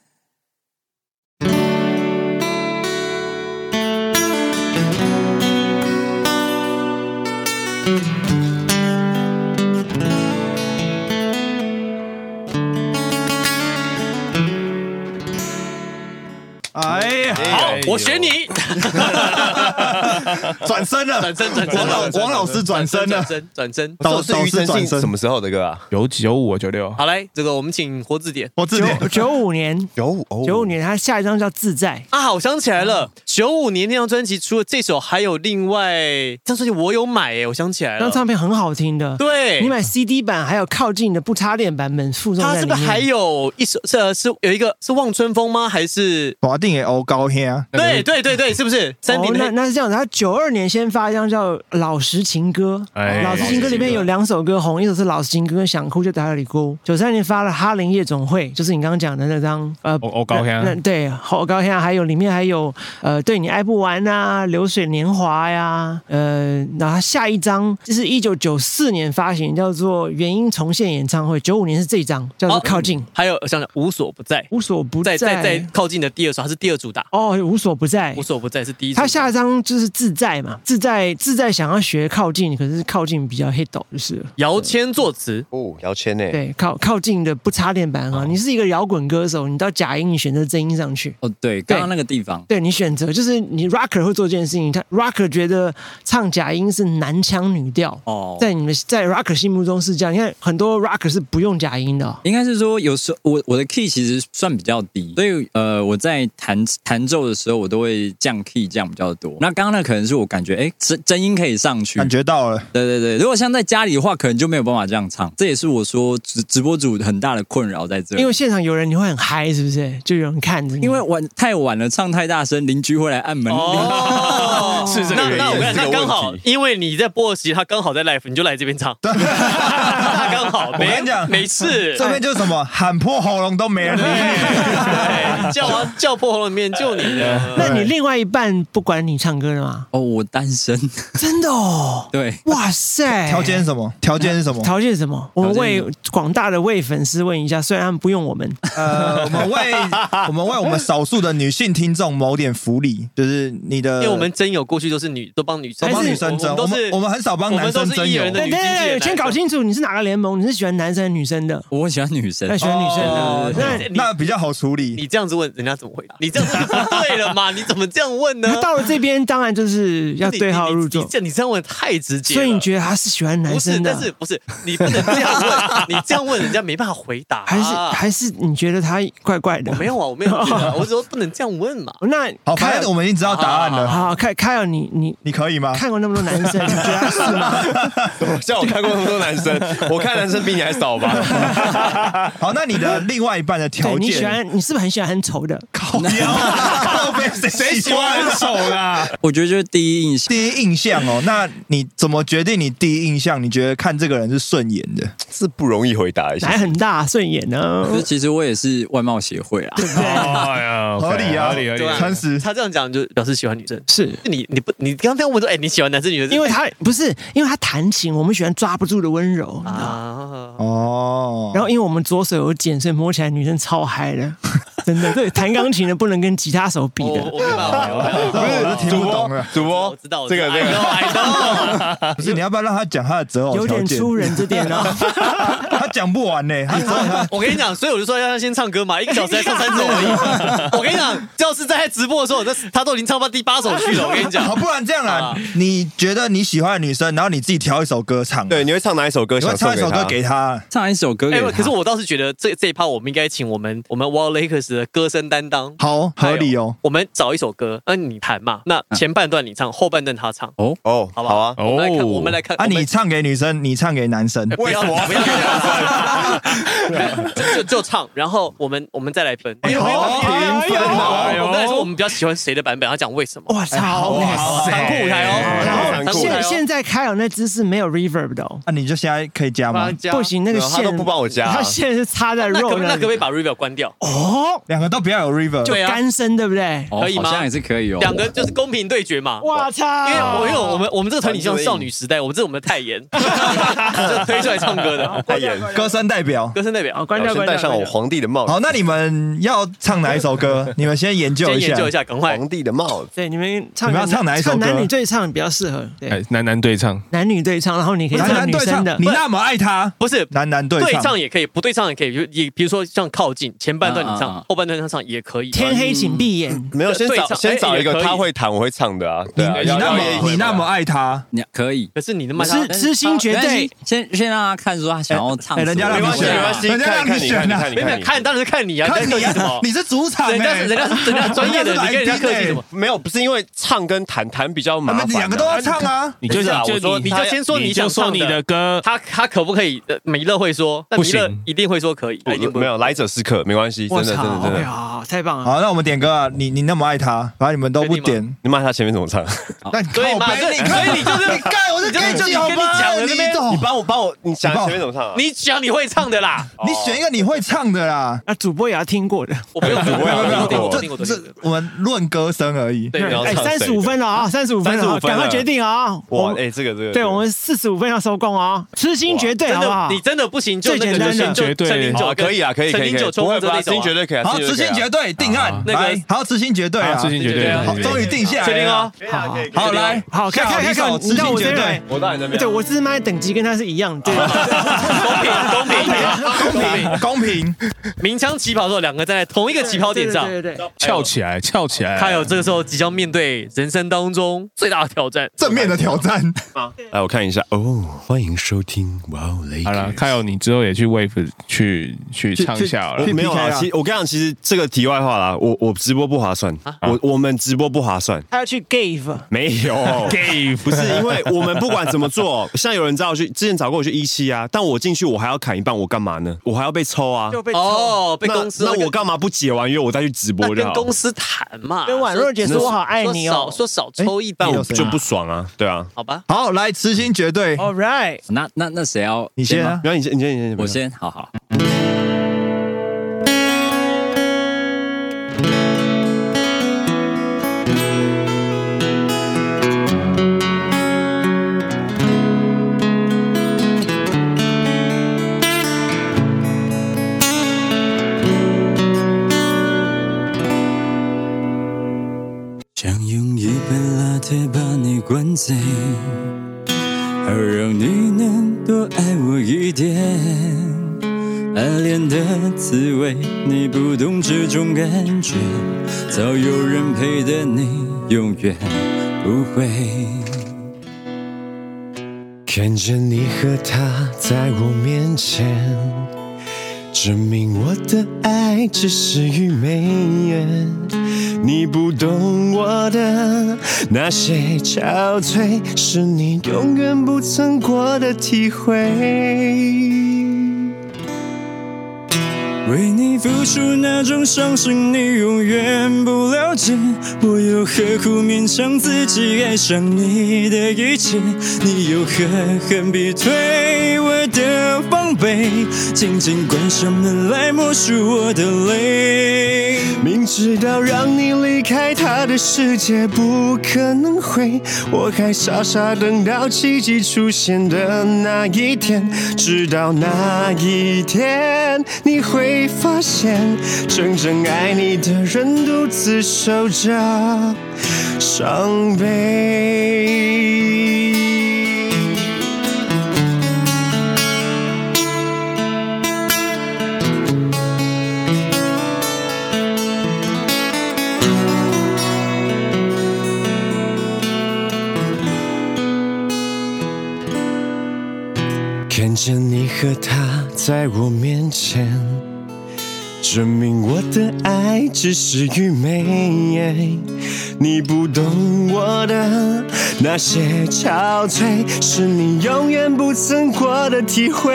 [SPEAKER 2] 哎呀，
[SPEAKER 1] 好，我选你，
[SPEAKER 2] 哎转身了，
[SPEAKER 1] 转身转身，
[SPEAKER 2] 王老
[SPEAKER 1] 转身
[SPEAKER 2] 王老师转身了
[SPEAKER 1] 转，身转身。
[SPEAKER 2] 导
[SPEAKER 4] 这是
[SPEAKER 2] 导
[SPEAKER 4] 庾
[SPEAKER 2] 师
[SPEAKER 4] 澄
[SPEAKER 2] 转
[SPEAKER 4] 庆
[SPEAKER 2] 身
[SPEAKER 4] 什，么时候的歌啊？
[SPEAKER 6] 有九五九六，
[SPEAKER 1] 好来，这个我们请活字典。
[SPEAKER 2] 我自己
[SPEAKER 3] 九九五年，
[SPEAKER 4] 有五哦
[SPEAKER 3] 九五年他下一张叫《自在》，
[SPEAKER 1] 啊，我想起来了，九五年那张专辑除了这首，还有另外这张专辑我有买耶，我想起来
[SPEAKER 3] 那
[SPEAKER 1] 了
[SPEAKER 3] 张，唱片很好听的。
[SPEAKER 1] 哎对，
[SPEAKER 3] 你买 CD 版，还有靠近的不插电版本附送
[SPEAKER 1] 他
[SPEAKER 3] 在
[SPEAKER 1] 是
[SPEAKER 3] 里
[SPEAKER 1] 不
[SPEAKER 3] 面。
[SPEAKER 1] 是还有一首是呃是有一个是望春风吗？还是
[SPEAKER 2] 我定也欧高兄，啊
[SPEAKER 1] 对对对 对，是不是山顶
[SPEAKER 3] 哦、那
[SPEAKER 1] 的
[SPEAKER 3] 那是这样子，他九二年先发一张叫《老实情歌》，
[SPEAKER 6] 哎
[SPEAKER 3] 老实情歌》里面有两首歌红，一首是《老实情歌》，想哭就打打你哭。九三年发了《哈林夜总会》，就是你刚刚讲的那张呃。
[SPEAKER 6] 我我高
[SPEAKER 3] 那
[SPEAKER 6] 香
[SPEAKER 3] 那对，好高下，还有里面还有呃，对你爱不完啊，流水年华呀、呃，然后他下一张就是一九九四年发行，叫做原音重现演唱会，九五年是这张叫做
[SPEAKER 1] 哦
[SPEAKER 3] 靠近，
[SPEAKER 1] 还有我想想无所不在，
[SPEAKER 3] 无所不
[SPEAKER 1] 在
[SPEAKER 3] 在，
[SPEAKER 1] 在在靠近的第二首，它是第二主打，
[SPEAKER 3] 哦，无所不在，
[SPEAKER 1] 无所不在是第一主打。
[SPEAKER 3] 他下一张就是自在嘛，自在自在想要学靠近，可是靠近比较 hit 到就是了。
[SPEAKER 1] 姚谦作词，
[SPEAKER 4] 哦，姚谦呢？
[SPEAKER 3] 对，靠靠近的不插电版啊！你是一个摇滚歌手，你到假音，你选择真音上去，
[SPEAKER 5] 哦，对，刚刚那个地方，
[SPEAKER 3] 对你选择就是你 rocker 会做这件事情。他 rocker 觉得唱假音是男腔女调，
[SPEAKER 5] 哦，
[SPEAKER 3] 在你们在 rocker 心目中是这样。你看很多 rocker 是不用假音的哦、
[SPEAKER 5] 应该是说，有时候我我的 key 其实算比较低，所以呃，我在弹弹奏的时候，我都会降 key 降比较多。那刚刚那可能是我感觉，哎，真真音可以上去，
[SPEAKER 2] 感觉到了，
[SPEAKER 5] 对对对。如果像在家里的话，可能就没有办法这样唱，这也是我说直直播主很大的困扰在这里。
[SPEAKER 3] 因为现场有人你会很嗨，是不是？就有人看着你，
[SPEAKER 5] 因为晚太晚了，唱太大声，邻居会来按门铃。
[SPEAKER 1] 哦，
[SPEAKER 6] 是这个
[SPEAKER 1] 那
[SPEAKER 6] 原因
[SPEAKER 1] 那我
[SPEAKER 6] 是
[SPEAKER 1] 看
[SPEAKER 6] 这
[SPEAKER 1] 那
[SPEAKER 6] 个
[SPEAKER 1] 刚
[SPEAKER 6] 问
[SPEAKER 1] 好
[SPEAKER 6] 题，
[SPEAKER 1] 因为你在播的时，他刚好在 live，你就来这边 唱，他刚好。
[SPEAKER 2] 我
[SPEAKER 1] 没
[SPEAKER 2] 跟你讲
[SPEAKER 1] 没事，
[SPEAKER 2] 这边就是什么喊破喉咙都没人理，
[SPEAKER 1] 哎 对叫啊叫破喉咙里面就你的。
[SPEAKER 3] 那你另外一半不管你唱歌了吗？
[SPEAKER 5] 哦，我单身，
[SPEAKER 3] 真的哦，
[SPEAKER 5] 对，
[SPEAKER 3] 哇塞！
[SPEAKER 2] 条件是什么？哦条件是什么？
[SPEAKER 3] 条件是什么？我们
[SPEAKER 5] 条件
[SPEAKER 3] 为广大的为粉丝问一下，虽然他们不用我们，
[SPEAKER 2] 呃，我们为 我们为我们少数的女性听众谋点福利，就是你的，
[SPEAKER 1] 因为我们真友过去都是女，都帮女生，
[SPEAKER 2] 呃都帮女
[SPEAKER 1] 我
[SPEAKER 2] 生
[SPEAKER 1] 们
[SPEAKER 2] 争，
[SPEAKER 1] 都
[SPEAKER 2] 我
[SPEAKER 1] 是
[SPEAKER 2] 们我们很少帮男
[SPEAKER 1] 我
[SPEAKER 2] 生
[SPEAKER 1] 们都
[SPEAKER 2] 争
[SPEAKER 1] 是艺
[SPEAKER 2] 友
[SPEAKER 1] 人。的
[SPEAKER 3] 对
[SPEAKER 1] 女经纪人
[SPEAKER 3] 对，先搞清楚你是哪个联盟，你是喜欢男生、女生的？
[SPEAKER 5] 我喜欢女生
[SPEAKER 3] 那。喜欢女生
[SPEAKER 2] 哦
[SPEAKER 3] 的，那
[SPEAKER 1] 对对对
[SPEAKER 2] 那比较好处理。
[SPEAKER 1] 啊你这样子问人家怎么回答？你这样子就不对了 嘛？你怎么这样问呢
[SPEAKER 3] 他？到了这边，当然就是要
[SPEAKER 1] 你
[SPEAKER 3] 对号
[SPEAKER 1] 你
[SPEAKER 3] 入
[SPEAKER 1] 你
[SPEAKER 3] 座
[SPEAKER 1] 你。这你这样问太直接了。
[SPEAKER 3] 所以你觉得他是喜欢男
[SPEAKER 1] 不是？
[SPEAKER 3] 生
[SPEAKER 1] 但是
[SPEAKER 3] 的，
[SPEAKER 1] 不是你不能这样 问？你这样问人家没办法回答啊。
[SPEAKER 3] 还是还是你觉得他怪怪的
[SPEAKER 1] 我？没有啊，我没有 觉得啊，我只是说不能这样问嘛。
[SPEAKER 3] 那
[SPEAKER 2] 好，
[SPEAKER 3] 凯
[SPEAKER 2] 反
[SPEAKER 3] 尔
[SPEAKER 2] 正我们已经知啊道答案
[SPEAKER 1] 啊
[SPEAKER 2] 了，
[SPEAKER 3] 好，凯凯尔，你你
[SPEAKER 2] 你可以吗？
[SPEAKER 3] 看过那么多男生，你觉得他是吗？
[SPEAKER 4] 像我看过那么多 男生，我看男生比你还少吧？
[SPEAKER 2] 好，那你的另外一半的
[SPEAKER 3] 对
[SPEAKER 2] 条
[SPEAKER 3] 你喜
[SPEAKER 2] 件，
[SPEAKER 3] 欢，你是不是很喜欢很丑的？
[SPEAKER 2] 靠 腰啊靠背谁谁喜欢很丑啦？
[SPEAKER 5] 我觉得就是第一印象，
[SPEAKER 2] 第一印象哦，那你怎么决定你第一印象？你觉得看这个人是顺眼的？
[SPEAKER 4] 是不容易回答一下
[SPEAKER 3] 奶。很大，顺眼呢
[SPEAKER 5] 可，是其实我也是外貌协会啦。
[SPEAKER 6] 哎呀
[SPEAKER 2] 合理啊
[SPEAKER 6] 合理合理
[SPEAKER 1] 对。啊
[SPEAKER 2] 诚实
[SPEAKER 1] 他这样讲就表示喜欢女生。
[SPEAKER 3] 是。
[SPEAKER 1] 你你不你刚刚这样问说，哎，你喜欢男生女生？
[SPEAKER 3] 因为他不是，因为他弹琴，我们喜欢抓不住的温柔。
[SPEAKER 1] 啊，
[SPEAKER 2] 哦。
[SPEAKER 3] 然后因为我们左手有茧，所以摸起来女生超嗨的。真的，对，弹钢琴的不能跟吉他手比
[SPEAKER 1] 我
[SPEAKER 3] 的。
[SPEAKER 1] 我没办法，
[SPEAKER 2] 不是， 我是听不懂了。
[SPEAKER 4] 主播，
[SPEAKER 1] 我知道
[SPEAKER 4] 这个这个，
[SPEAKER 1] 个，
[SPEAKER 2] 不是，你要不要让他讲他的
[SPEAKER 4] 哦
[SPEAKER 2] 择偶
[SPEAKER 3] 有
[SPEAKER 2] 条
[SPEAKER 3] 点
[SPEAKER 2] 件？
[SPEAKER 3] 出人这点 哦，
[SPEAKER 2] 他讲不完呢、他择偶条
[SPEAKER 1] 我跟你讲，所以我就说要他先唱歌嘛，一个小时才唱三首 而已。我跟你讲，要是在他直播的时候，我在他都已经唱到第八首去了。我跟 你讲
[SPEAKER 2] 好，，不然这样啦
[SPEAKER 1] 啊，
[SPEAKER 2] 你觉得你喜欢的女生，然后你自己挑一首歌唱，
[SPEAKER 4] 对，，你会唱哪一首歌？
[SPEAKER 2] 你会
[SPEAKER 4] 想
[SPEAKER 2] 唱一首歌
[SPEAKER 4] 他
[SPEAKER 2] 给她。
[SPEAKER 5] 唱一首歌给
[SPEAKER 2] 啊
[SPEAKER 1] 哎、
[SPEAKER 5] 他。
[SPEAKER 1] 可是我倒是觉得这这一趴我们应该请我们我们 Wall Lakers 的歌声担当。
[SPEAKER 2] 好，合理哦。嗯
[SPEAKER 1] 我们找一首歌，那、你弹嘛，那前半段你唱，后半段他唱，
[SPEAKER 4] 哦，
[SPEAKER 1] 好不
[SPEAKER 4] 好啊。
[SPEAKER 1] 我们来看，我们来看。
[SPEAKER 2] 啊，
[SPEAKER 1] 我们
[SPEAKER 2] 你唱给女生，你唱给男生，
[SPEAKER 1] 不要 不要 不要就就就唱，然后我们我们再来分。
[SPEAKER 2] 哎好评分哦
[SPEAKER 1] 我们来说我们比较喜欢谁的版本，要讲为什么。
[SPEAKER 3] 哇操！
[SPEAKER 1] 哇，残酷舞台
[SPEAKER 2] 哎
[SPEAKER 1] 哦，
[SPEAKER 4] 然后
[SPEAKER 1] 残酷舞台
[SPEAKER 3] 现
[SPEAKER 1] 哦
[SPEAKER 3] 现在开尔那姿势没有 reverb 的哦，
[SPEAKER 2] 那你就现在可以加吗？
[SPEAKER 3] 不行，那个
[SPEAKER 4] 对啊他
[SPEAKER 3] 线
[SPEAKER 4] 都不帮我加啊
[SPEAKER 3] 他线是插在
[SPEAKER 1] 那可
[SPEAKER 3] roll
[SPEAKER 1] 不那
[SPEAKER 3] 那
[SPEAKER 1] 可不可
[SPEAKER 3] 里
[SPEAKER 1] 以把 r e v i e w 关掉？
[SPEAKER 3] 哦，
[SPEAKER 2] 两个都不要有 river，
[SPEAKER 1] 对啊
[SPEAKER 3] 干声对不对？
[SPEAKER 5] 哦
[SPEAKER 1] 可以吗
[SPEAKER 5] 好像也是可以哦。
[SPEAKER 1] 两个就是公平对决嘛。
[SPEAKER 3] 哇操！
[SPEAKER 1] 因为我因为我们我们这个团体像少女时代，我们这是我们的泰妍，就推出来唱歌的
[SPEAKER 4] 代言，
[SPEAKER 2] 歌声代表。
[SPEAKER 1] 歌声代表
[SPEAKER 3] 好，。关掉
[SPEAKER 4] 先
[SPEAKER 3] 关
[SPEAKER 4] 戴
[SPEAKER 3] 掉。
[SPEAKER 4] 上
[SPEAKER 3] 关
[SPEAKER 4] 我
[SPEAKER 3] 掉
[SPEAKER 4] 皇帝的帽子，
[SPEAKER 2] 好，那你们要唱哪一首歌？你们先研究
[SPEAKER 1] 先
[SPEAKER 2] 一
[SPEAKER 1] 研
[SPEAKER 2] 下
[SPEAKER 1] 究。一下，赶快。
[SPEAKER 4] 皇帝的帽子。
[SPEAKER 3] 对，你们唱
[SPEAKER 2] 你们要唱哪一首歌
[SPEAKER 3] 男女对唱比较适合，对，
[SPEAKER 6] 哎，男男对唱，
[SPEAKER 3] 男女对唱，然后你可以
[SPEAKER 2] 男
[SPEAKER 3] 唱
[SPEAKER 2] 男
[SPEAKER 3] 女
[SPEAKER 2] 对唱
[SPEAKER 3] 生的，。
[SPEAKER 2] 你那么爱他，
[SPEAKER 1] 不是
[SPEAKER 2] 男男对
[SPEAKER 1] 对
[SPEAKER 2] 唱
[SPEAKER 1] 唱，也可以，不对唱也可以，就也比如说像靠近前半段你
[SPEAKER 5] 啊啊
[SPEAKER 1] 唱
[SPEAKER 5] 啊，
[SPEAKER 1] 后半段他唱也可以。
[SPEAKER 3] 天黑请闭眼，
[SPEAKER 4] 没有，先
[SPEAKER 1] 对
[SPEAKER 4] 找
[SPEAKER 1] 唱
[SPEAKER 4] 先找
[SPEAKER 1] 哎
[SPEAKER 4] 一个
[SPEAKER 1] 也可以
[SPEAKER 4] 他会弹我会唱的啊。
[SPEAKER 2] 你
[SPEAKER 4] 对啊，
[SPEAKER 2] 你
[SPEAKER 4] 要
[SPEAKER 2] 那
[SPEAKER 4] 要
[SPEAKER 2] 么
[SPEAKER 4] 也
[SPEAKER 2] 你那么爱他，
[SPEAKER 5] 你可以，
[SPEAKER 1] 可是你啊能卖
[SPEAKER 3] 是痴心绝对。
[SPEAKER 5] 先先让他看出他想要唱什么。
[SPEAKER 2] 哎人家让
[SPEAKER 4] 没
[SPEAKER 2] 你
[SPEAKER 4] 关系
[SPEAKER 2] 选
[SPEAKER 4] 没关系，
[SPEAKER 2] 人家
[SPEAKER 4] 看
[SPEAKER 2] 让
[SPEAKER 4] 看
[SPEAKER 2] 你
[SPEAKER 4] 你
[SPEAKER 2] 选
[SPEAKER 4] 看你
[SPEAKER 2] 啊
[SPEAKER 4] 看你
[SPEAKER 1] 没有没有
[SPEAKER 4] 看你
[SPEAKER 1] 看，当然是看你啊，
[SPEAKER 2] 看
[SPEAKER 1] 你客
[SPEAKER 2] 你
[SPEAKER 1] 气什么
[SPEAKER 2] 啊，？你是主场
[SPEAKER 1] 人家是
[SPEAKER 2] 欸
[SPEAKER 1] 人家是人家专业的，
[SPEAKER 2] 人家
[SPEAKER 1] 你
[SPEAKER 2] 是
[SPEAKER 1] 跟人家
[SPEAKER 2] 来宾
[SPEAKER 1] 客气
[SPEAKER 2] 欸
[SPEAKER 1] 什么？
[SPEAKER 4] 没有，不是因为唱跟弹弹比较
[SPEAKER 2] 他
[SPEAKER 4] 麻
[SPEAKER 2] 们
[SPEAKER 4] 烦啊。
[SPEAKER 2] 两个都要唱啊。
[SPEAKER 6] 你就
[SPEAKER 4] 不是啊
[SPEAKER 6] 就
[SPEAKER 4] 我说
[SPEAKER 6] 你
[SPEAKER 1] 你就先说
[SPEAKER 6] 你
[SPEAKER 1] 想
[SPEAKER 6] 就说
[SPEAKER 1] 唱
[SPEAKER 6] 你的歌，
[SPEAKER 1] 他他可不可以？呃米勒会说，但
[SPEAKER 6] 不
[SPEAKER 1] 米勒
[SPEAKER 6] 行
[SPEAKER 1] 一定会说可以，哎他一定
[SPEAKER 4] 不没
[SPEAKER 1] 有。
[SPEAKER 4] 有来者是客，没关系，真
[SPEAKER 3] 我
[SPEAKER 4] 的真
[SPEAKER 3] 操
[SPEAKER 4] 的真
[SPEAKER 3] ！OK，
[SPEAKER 4] 的。
[SPEAKER 3] 好好，太棒了！
[SPEAKER 2] 好，那我们点歌啊，你你那么爱他，反正你们都不
[SPEAKER 1] 确定
[SPEAKER 2] 点，
[SPEAKER 4] 你骂他前面怎么唱？
[SPEAKER 2] 那
[SPEAKER 1] 所以 嘛，所以所以你就是
[SPEAKER 2] 你看，我就
[SPEAKER 1] 就
[SPEAKER 2] 给你
[SPEAKER 1] 自己
[SPEAKER 2] 讲
[SPEAKER 1] 跟你
[SPEAKER 2] 吧
[SPEAKER 1] 讲了那边
[SPEAKER 2] 懂
[SPEAKER 4] 你帮我帮我，你想
[SPEAKER 2] 你帮我
[SPEAKER 4] 前面怎么唱啊？
[SPEAKER 1] 你讲你会唱 的啦，
[SPEAKER 2] 你选一个你会唱的啦。
[SPEAKER 3] 那主播也要听过的。
[SPEAKER 1] 我不用，我
[SPEAKER 4] 不要不要
[SPEAKER 1] 我听过，我
[SPEAKER 4] 这
[SPEAKER 1] 听过，
[SPEAKER 2] 这
[SPEAKER 1] 我听过。
[SPEAKER 2] 我们论歌声而已。
[SPEAKER 1] 对，
[SPEAKER 4] 你
[SPEAKER 1] 然后
[SPEAKER 4] 要
[SPEAKER 3] 哎，
[SPEAKER 4] 唱
[SPEAKER 3] 三
[SPEAKER 4] 谁
[SPEAKER 3] 十五分了啊，三十五分了
[SPEAKER 4] 35
[SPEAKER 3] 啊，
[SPEAKER 4] 分
[SPEAKER 3] 赶
[SPEAKER 4] 了
[SPEAKER 3] 快决定啊！
[SPEAKER 4] 哇，
[SPEAKER 3] 我
[SPEAKER 4] 哎，这个这个，
[SPEAKER 3] 对我们四十五分要收工啊，痴心绝对
[SPEAKER 1] 真
[SPEAKER 3] 好不好
[SPEAKER 1] 的，？你真的不行就那
[SPEAKER 3] 最
[SPEAKER 1] 个
[SPEAKER 3] 简单
[SPEAKER 1] 就
[SPEAKER 3] 的
[SPEAKER 1] 先就
[SPEAKER 6] 绝对
[SPEAKER 1] 陈零
[SPEAKER 4] 好
[SPEAKER 1] 九跟
[SPEAKER 4] 可以啊，可以，
[SPEAKER 1] 陈
[SPEAKER 4] 可以，
[SPEAKER 1] 零九
[SPEAKER 4] 可以
[SPEAKER 1] 冲
[SPEAKER 4] 不
[SPEAKER 1] 锋
[SPEAKER 4] 会
[SPEAKER 1] 者
[SPEAKER 4] 吧？
[SPEAKER 1] 那
[SPEAKER 4] 心绝
[SPEAKER 1] 首啊。
[SPEAKER 4] 对可以啊，
[SPEAKER 2] 好，
[SPEAKER 4] 心
[SPEAKER 2] 痴
[SPEAKER 4] 绝
[SPEAKER 2] 心绝
[SPEAKER 4] 对
[SPEAKER 2] 对定案，
[SPEAKER 1] 那个
[SPEAKER 2] 来，好，痴心绝对啊，
[SPEAKER 6] 痴心绝
[SPEAKER 1] 对
[SPEAKER 6] 对
[SPEAKER 1] 啊
[SPEAKER 2] 好，，终
[SPEAKER 6] 哎
[SPEAKER 2] 于定下
[SPEAKER 1] 确
[SPEAKER 2] 来
[SPEAKER 1] 定
[SPEAKER 2] 了
[SPEAKER 1] 哦。
[SPEAKER 3] 好好
[SPEAKER 2] 好，来，
[SPEAKER 3] 好，看看
[SPEAKER 2] 下
[SPEAKER 3] 看
[SPEAKER 2] 一首
[SPEAKER 3] 看，
[SPEAKER 2] 痴
[SPEAKER 3] 你知道
[SPEAKER 2] 心
[SPEAKER 3] 我
[SPEAKER 2] 绝
[SPEAKER 3] 这
[SPEAKER 2] 对
[SPEAKER 3] 边，哎
[SPEAKER 4] 可以。我到你那边
[SPEAKER 3] 对
[SPEAKER 4] 啊，
[SPEAKER 3] 我这麦等级跟他是一样的，
[SPEAKER 1] 公平公 平，
[SPEAKER 2] 公平公平，
[SPEAKER 1] 鸣枪起跑的时候，两个站在同一个起跑点上。
[SPEAKER 3] 对对对，
[SPEAKER 6] 翘起来，翘起来。
[SPEAKER 1] 他有这个时候即将面对人生当中最大的挑战，
[SPEAKER 2] 正面的挑战。
[SPEAKER 4] 来哎我看一下哦，欢迎收听哇哦雷
[SPEAKER 6] 好了，凯友，你之后也去 Wave 去去唱一下好了
[SPEAKER 2] 去。
[SPEAKER 4] 没有
[SPEAKER 2] PK
[SPEAKER 4] 啊，
[SPEAKER 2] 啊
[SPEAKER 4] 其我跟你讲，其实这个题外话啦，我我直播不划算，
[SPEAKER 1] 啊
[SPEAKER 4] 我我们直播不划算，
[SPEAKER 3] 他要去 give。
[SPEAKER 4] 没有
[SPEAKER 6] Gave
[SPEAKER 4] 不是因为我们不管怎么做， 像有人找我去，之前找过我去一期啊，但我进去我还要砍一半，我干嘛呢？我还要被抽啊。
[SPEAKER 3] 就被抽。
[SPEAKER 1] 哦，被
[SPEAKER 4] 那
[SPEAKER 1] 公司
[SPEAKER 4] 那
[SPEAKER 1] 跟
[SPEAKER 4] 我干嘛不解完约我再去直
[SPEAKER 1] 那
[SPEAKER 4] 播就
[SPEAKER 1] 跟
[SPEAKER 4] 好？
[SPEAKER 1] 公司谈嘛，
[SPEAKER 3] 跟婉若姐说我好爱你哦
[SPEAKER 1] 说少说少抽一半，
[SPEAKER 2] 哎
[SPEAKER 1] 我
[SPEAKER 2] 有
[SPEAKER 4] 就不爽啊，对啊。
[SPEAKER 1] 好吧。
[SPEAKER 2] 好，来，痴心绝对，
[SPEAKER 3] All right，
[SPEAKER 5] 那那那谁要
[SPEAKER 2] 你先
[SPEAKER 5] 吗
[SPEAKER 2] 啊，
[SPEAKER 4] 然后你先，你先，你先，
[SPEAKER 5] 我先，好好。想用一杯拉铁把你灌醉，好让你能多爱我一点。暗恋的滋味，你不懂这种感觉，早有人陪的你永远不会。
[SPEAKER 8] 看着你和他在我面前，证明我的爱只是愚昧言。你不懂我的那些憔悴，是你永远不曾过的体会。
[SPEAKER 7] 为你付出那种伤心，你永远不了了解，我又何苦勉强自己爱上你的一切？你又何恨必推我的防备，紧紧关上门来默数我的泪。
[SPEAKER 8] 明知道让你离开他的世界不可能会，我还傻傻等到奇迹出现的那一天。直到那一天，你会发现，真正爱你的人独自守着伤悲。
[SPEAKER 7] 看着你和他在我面前，证明我的爱只是愚昧。你不懂我的那些憔悴，是你永远不曾过的体会。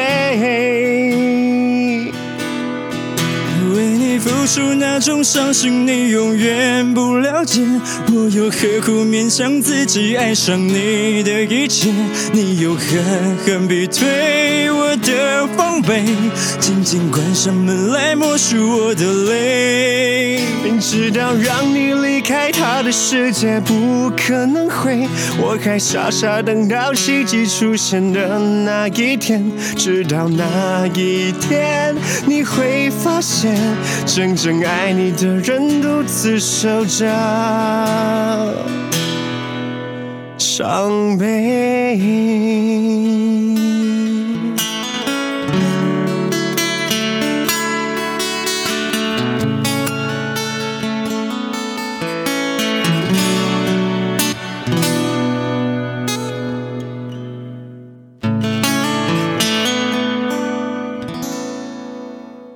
[SPEAKER 7] 为你付出那种伤心，你永远不了解。我又何苦勉强自己爱上你的一切？你又狠狠逼退我的防备，紧紧关上门来默数我的泪。
[SPEAKER 8] 明知道让你离开他的世界不可能会，我还傻傻等到奇迹出现的那一天。直到那一天，你会发现，真正爱你的人独自守着伤悲。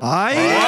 [SPEAKER 2] 哎呀，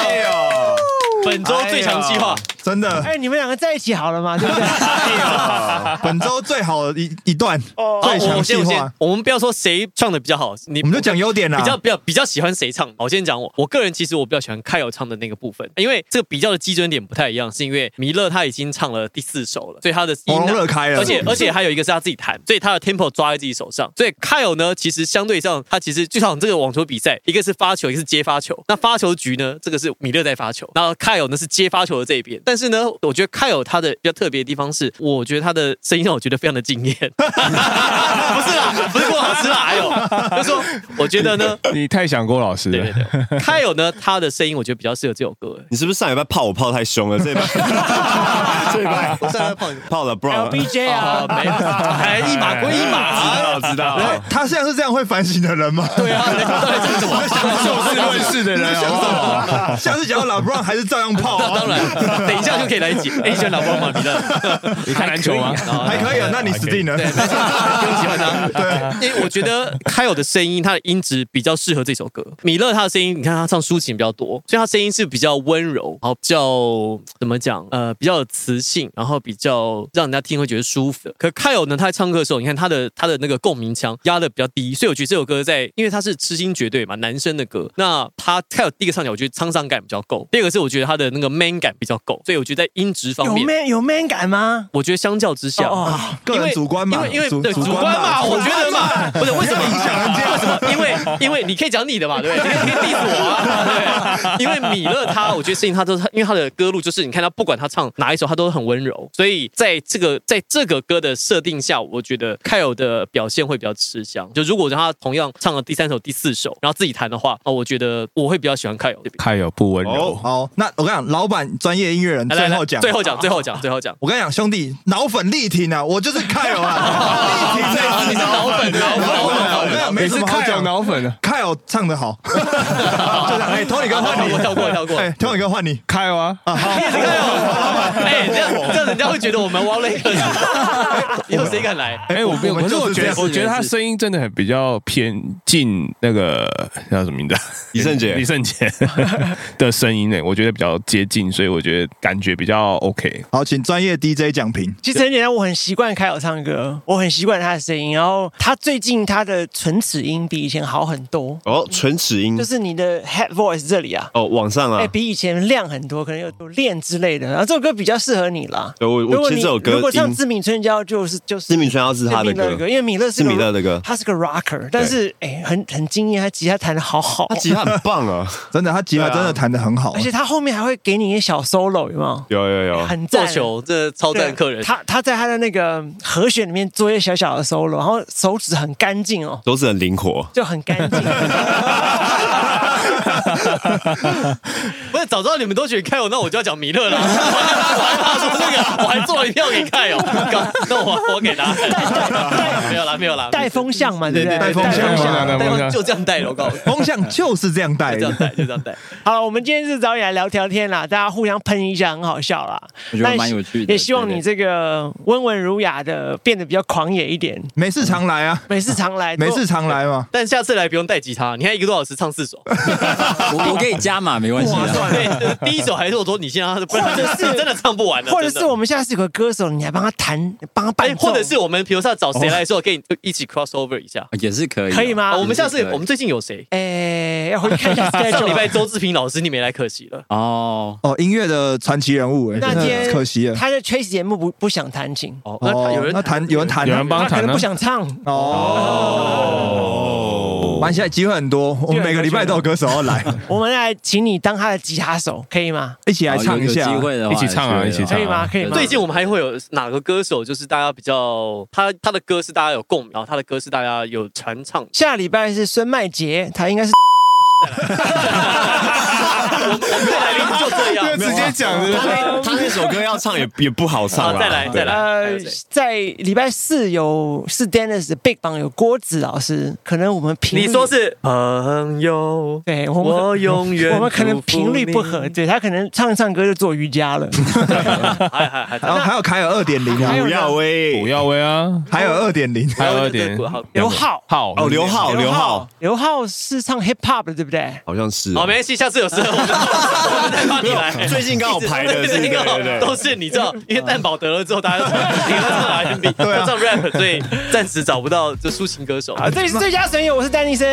[SPEAKER 4] 哎呦，
[SPEAKER 1] 本周最强计划，
[SPEAKER 2] 真的，
[SPEAKER 3] 哎，你们两个在一起好了嘛，对不 对？
[SPEAKER 1] 哎
[SPEAKER 2] 本周最好的一一段最
[SPEAKER 1] 好
[SPEAKER 2] 强
[SPEAKER 1] 哦
[SPEAKER 2] 计
[SPEAKER 1] 我先我先
[SPEAKER 2] 划，，
[SPEAKER 1] 我们不要说谁唱的比较好，你
[SPEAKER 2] 我们就讲优点啦
[SPEAKER 1] 比。较比较比较喜欢谁唱？我先讲我，我个人其实我比较喜欢开友唱的那个部分，因为这个比较的基准点不太一样，是因为弥勒他已经唱了第四首了，所以他的音
[SPEAKER 2] 喉咙
[SPEAKER 1] 量
[SPEAKER 2] 热开了
[SPEAKER 1] 而且而且还有一个是他自己弹，所以他的 tempo 抓在自己手上。所以开友呢，其实相对上他其实就像这个网球比赛，一个是发球，一个是接发球。那发球局呢，这个是米勒在发球，然后开友呢是接发球的这一边。但是呢，我觉得开友他的比较特别的地方是，我觉得他的声音让我觉得非常的惊艳。 不是啦，不是郭老师啦，哎呦，就说我觉得呢，
[SPEAKER 6] 你太想郭老师
[SPEAKER 1] 对对
[SPEAKER 6] 了。
[SPEAKER 1] 对，开友呢，他的声音我觉得比较适合这首歌。
[SPEAKER 4] 你是不是上礼拜泡我泡太凶了？这一拜，这一拜
[SPEAKER 2] 我再来泡一个
[SPEAKER 4] 泡了 bro。
[SPEAKER 3] LBJ
[SPEAKER 1] 啊
[SPEAKER 3] 啊，，
[SPEAKER 1] 没有，哎，一码归一 码，
[SPEAKER 4] 知道知道，
[SPEAKER 2] 他像是这样会反省的人 吗？对啊，
[SPEAKER 6] 就事论事的人，好不好？
[SPEAKER 2] 下次讲到老布朗还是照样泡
[SPEAKER 1] 那
[SPEAKER 2] 啊，
[SPEAKER 1] 当然，等一下就可以来解。哎，你喜欢老波吗？你的
[SPEAKER 6] 你看篮球吗？
[SPEAKER 2] 还可以啊，那你死定了。
[SPEAKER 1] 不用喜 欢他，对，因为我觉得开友的声音，他的音质比较适合这首歌。米勒他的声音，你看他唱抒情比较多，所以他声音是比较温柔，然后比较怎么讲，呃，比较有磁性，然后比较让人家听会觉得舒服的。可开友呢，他在唱歌的时候，你看他的他的那个共鸣腔压的比较低，所以我觉得这首歌在，因为他是痴心绝对嘛，男生的歌，那他开友第一个唱起来，我觉得沧桑感比较够，第二个是我觉得他的那个 man 感比较够，所以我觉得在音质 方
[SPEAKER 3] 有
[SPEAKER 1] 面。
[SPEAKER 3] man 有 man 感吗？
[SPEAKER 1] 我觉得相较之下，
[SPEAKER 3] 哦哦
[SPEAKER 2] 个人主观嘛
[SPEAKER 1] 因为因为
[SPEAKER 2] 主
[SPEAKER 1] 对
[SPEAKER 2] 主
[SPEAKER 1] 主
[SPEAKER 2] 观
[SPEAKER 1] 观
[SPEAKER 2] 嘛
[SPEAKER 1] 嘛，我觉得嘛， 不是为什么
[SPEAKER 2] 不要影响人家
[SPEAKER 1] 为什么？ 因为因为你可以讲你的嘛，对不对？你可以你可以 diss 我啊，对。因为米勒他，我觉得事情他都是，因为他的歌路就是，你看他不管他唱哪一首，他都很温柔，所以在这个在这个歌的设定下，我觉得凯尔的表现会比较吃香。就如果让他同样唱了第三首、第四首，然后自己弹的话，啊，我觉得我会比较喜欢凯尔这边。
[SPEAKER 6] 太有不温柔，
[SPEAKER 2] 好，那我跟你讲，老板专业音乐人
[SPEAKER 1] 来来
[SPEAKER 2] 最
[SPEAKER 1] 来
[SPEAKER 2] 后讲，
[SPEAKER 1] 最后讲，最后讲，最后讲。
[SPEAKER 2] 我跟你讲，兄弟，脑粉力挺啊，我就是凯尔 啊，力挺这
[SPEAKER 1] 你是老粉，老粉，老
[SPEAKER 2] 我
[SPEAKER 1] 粉。
[SPEAKER 2] 跟你讲，没
[SPEAKER 6] 你
[SPEAKER 2] 什
[SPEAKER 6] 是
[SPEAKER 2] 么好
[SPEAKER 6] 看脚
[SPEAKER 2] 讲的。
[SPEAKER 6] 脑粉的，
[SPEAKER 2] 凯尔唱的好，就这样。哎，Tony 哥换你，
[SPEAKER 1] 我跳过，我跳过。
[SPEAKER 2] 哎，Tony 哥换你。
[SPEAKER 6] 开啊！
[SPEAKER 1] 哎，这样这样人家会觉得我们挖了一个人，以后谁敢来？
[SPEAKER 6] 哎，我没有，
[SPEAKER 2] 我
[SPEAKER 6] 可
[SPEAKER 2] 们
[SPEAKER 6] 是我
[SPEAKER 2] 就是
[SPEAKER 6] 觉
[SPEAKER 2] 这样
[SPEAKER 6] 得，我觉得他声音真的很比较偏近那个叫什么名字啊？
[SPEAKER 4] 李圣杰
[SPEAKER 6] 李圣杰的声音呢，我觉得比较接近，所以我觉得感觉比较 OK。
[SPEAKER 2] 好，请专业 DJ 讲评。
[SPEAKER 3] 其实很简单，我很习惯开口唱歌，我很习惯他的声音。然后他最近他的唇齿音比以前好很多，
[SPEAKER 4] 哦，唇齿音
[SPEAKER 3] 就是你的 head voice 这里啊，
[SPEAKER 4] 哦，往上
[SPEAKER 3] 哎、
[SPEAKER 4] 啊，
[SPEAKER 3] 比以前亮很多，可能有有练之类的。然后这首歌比较适合你啦。
[SPEAKER 4] 对我
[SPEAKER 3] 如
[SPEAKER 4] 我
[SPEAKER 3] 果
[SPEAKER 4] 其
[SPEAKER 3] 你
[SPEAKER 4] 实这首歌
[SPEAKER 3] 如果唱
[SPEAKER 4] 音
[SPEAKER 3] 《致命春娇》，就是就是
[SPEAKER 4] 思敏川要是他的
[SPEAKER 3] 米勒
[SPEAKER 4] 歌，
[SPEAKER 3] 因为米勒是
[SPEAKER 4] 是
[SPEAKER 3] 个
[SPEAKER 4] 米勒的歌，
[SPEAKER 3] 他是个 rocker，但是哎、很很惊艳，他吉他弹的好好，哦
[SPEAKER 4] 他吉他很棒 啊，
[SPEAKER 2] 真的，他吉他真的弹的很好、
[SPEAKER 3] 而且他后面还会给你一些小 solo，有没有？
[SPEAKER 4] 有有有，
[SPEAKER 3] 很赞
[SPEAKER 1] 做。球，这超
[SPEAKER 3] 对
[SPEAKER 1] 赞客人。
[SPEAKER 3] 他他在他的那个和弦里面做一些小小的 solo，然后手指很干净哦，
[SPEAKER 4] 都是很灵活。
[SPEAKER 3] 就很干净。
[SPEAKER 1] 不是，早知道你们都觉得开我，那我就要讲弥勒了。我还怕说这个，我还做了一票给开哦。搞那我我给他，没有啦，没有啦，
[SPEAKER 3] 带风向嘛，对不对？
[SPEAKER 2] 对对对带风向
[SPEAKER 6] 带
[SPEAKER 1] 带
[SPEAKER 6] 风
[SPEAKER 1] 风
[SPEAKER 6] 向
[SPEAKER 1] 就这样带了，我告诉你，
[SPEAKER 2] 风向就是这样带
[SPEAKER 1] 就这样
[SPEAKER 2] 的。
[SPEAKER 1] 带，就这样带。
[SPEAKER 3] 好了，我们今天是找你来聊聊天啦，大家互相喷一下，很好笑啦。
[SPEAKER 5] 我觉得蛮有趣的
[SPEAKER 3] 也希望
[SPEAKER 5] 对
[SPEAKER 3] 你这个温文儒雅的变得比较狂野一点，
[SPEAKER 2] 没事常来啊，
[SPEAKER 3] 每次常
[SPEAKER 1] 哎
[SPEAKER 3] 来，
[SPEAKER 2] 没事常来嘛。
[SPEAKER 1] 但下次来不用带吉他，你看一个多小时唱四首，
[SPEAKER 5] 我我给你加码没关系啊的。
[SPEAKER 1] 对，就是第一首还是我说你先让他，不然
[SPEAKER 3] 或者是
[SPEAKER 1] 你真的唱不完的，
[SPEAKER 3] 或者
[SPEAKER 1] 真
[SPEAKER 3] 是
[SPEAKER 1] 的
[SPEAKER 3] 我们下次有个歌手，你还帮他弹，帮他
[SPEAKER 1] 哎，
[SPEAKER 3] 伴奏，
[SPEAKER 1] 或者是我们比如说要找谁来的时候，跟你一起 cross over 一下。
[SPEAKER 5] 也是可以的，
[SPEAKER 3] 可以吗
[SPEAKER 1] 啊，我们下
[SPEAKER 5] 也
[SPEAKER 1] 次
[SPEAKER 5] 是可以
[SPEAKER 1] 我们最近有 谁？
[SPEAKER 3] 哎，要回去看一 下 schedule
[SPEAKER 1] 上礼拜周志平老师你没来，可惜了。
[SPEAKER 5] 哦，
[SPEAKER 2] 哦，音乐的传奇人物、哎，
[SPEAKER 3] 那
[SPEAKER 2] 真的
[SPEAKER 3] 今天
[SPEAKER 2] 可惜 了。
[SPEAKER 3] 他在 Trace 节目不不想弹琴，
[SPEAKER 1] 哦，那他有
[SPEAKER 2] 哦，
[SPEAKER 1] 人
[SPEAKER 2] 那弹有人弹啊，
[SPEAKER 6] 有人帮
[SPEAKER 3] 他
[SPEAKER 6] 他
[SPEAKER 3] 可
[SPEAKER 6] 弹
[SPEAKER 3] 能
[SPEAKER 6] 呢
[SPEAKER 3] 不？想唱。
[SPEAKER 2] 哦，玩起来机会很多。我们每个礼拜都有歌手要 来，
[SPEAKER 3] 我们来请你当他的吉他手，可以吗？
[SPEAKER 2] 一起来
[SPEAKER 5] 好
[SPEAKER 2] 唱一
[SPEAKER 5] 哦有
[SPEAKER 2] 下
[SPEAKER 5] 有。机会的话
[SPEAKER 6] 一起唱啊
[SPEAKER 5] 去
[SPEAKER 6] 一起唱
[SPEAKER 3] 可以吗？可以吗？。
[SPEAKER 1] 最近我们还会有哪个歌手，就是大家比较他他的歌是大家有共鸣，然后他的歌是大家有传唱
[SPEAKER 3] 下礼拜是孙麦杰，他应该是
[SPEAKER 1] 我们我们的来宾就 这样，
[SPEAKER 4] 直接讲的，他那他那首歌要唱也也不好唱
[SPEAKER 1] 好
[SPEAKER 4] 啦
[SPEAKER 1] 再来
[SPEAKER 4] 对啊
[SPEAKER 1] 再来还
[SPEAKER 3] 呃
[SPEAKER 1] 有谁，
[SPEAKER 3] 在礼拜四有是 Dennis 的 Big Bang 有郭子老师，可能我们频率
[SPEAKER 1] 你说是朋友，
[SPEAKER 3] 对，我们
[SPEAKER 1] 我永远
[SPEAKER 3] 我们可能频率不 合，对他可能唱一唱歌就做瑜伽了。
[SPEAKER 1] 还还还
[SPEAKER 2] 然后还有凯尔二点零
[SPEAKER 3] 还有
[SPEAKER 2] 啊，
[SPEAKER 4] 不要喂，
[SPEAKER 6] 不要威啊，
[SPEAKER 2] 还有二点零，
[SPEAKER 6] 还有二点
[SPEAKER 1] 好，
[SPEAKER 3] 刘浩，
[SPEAKER 6] 浩
[SPEAKER 4] 哦，刘浩刘浩，
[SPEAKER 3] 刘浩是唱 hip hop 的，对不对？
[SPEAKER 4] 好像是哦
[SPEAKER 1] 好，没关系，下次有事 我们我们再帮你来。
[SPEAKER 4] 最近刚好排的是
[SPEAKER 1] 最近刚好
[SPEAKER 4] 对对对
[SPEAKER 1] 都是你知道，因为蛋堡得了之后，大家都你都唱 R&B，都
[SPEAKER 4] 啊
[SPEAKER 1] 唱 rap，所以暂时找不到这抒情歌手。
[SPEAKER 3] 啊，这里是最佳损友，我是丹尼斯，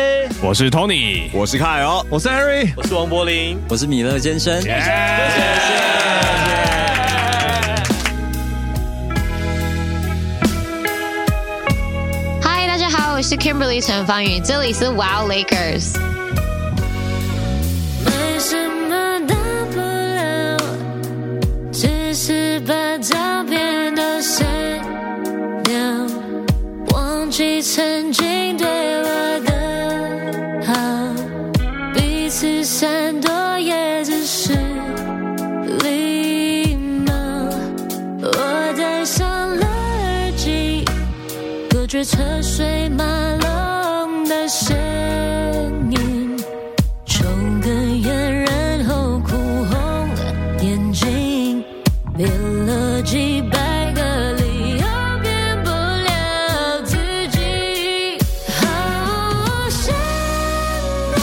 [SPEAKER 6] 我是 Tony，
[SPEAKER 4] 我是凯哦，
[SPEAKER 2] 我是 Harry。
[SPEAKER 1] 我是王柏林。
[SPEAKER 5] 我是米勒先生。
[SPEAKER 9] 嗨，大家好，我是 Kimberly 陈芳宇，这里是 Wow Lakers。
[SPEAKER 10] 没什么大不了，只是把照片都删掉，忘记曾经对我的好，彼此闪躲也只是礼貌。我戴上了耳机，隔绝车水马龙的声音。冲个圆，然后哭红了眼睛，编了几百个理由，变不了自己。好想来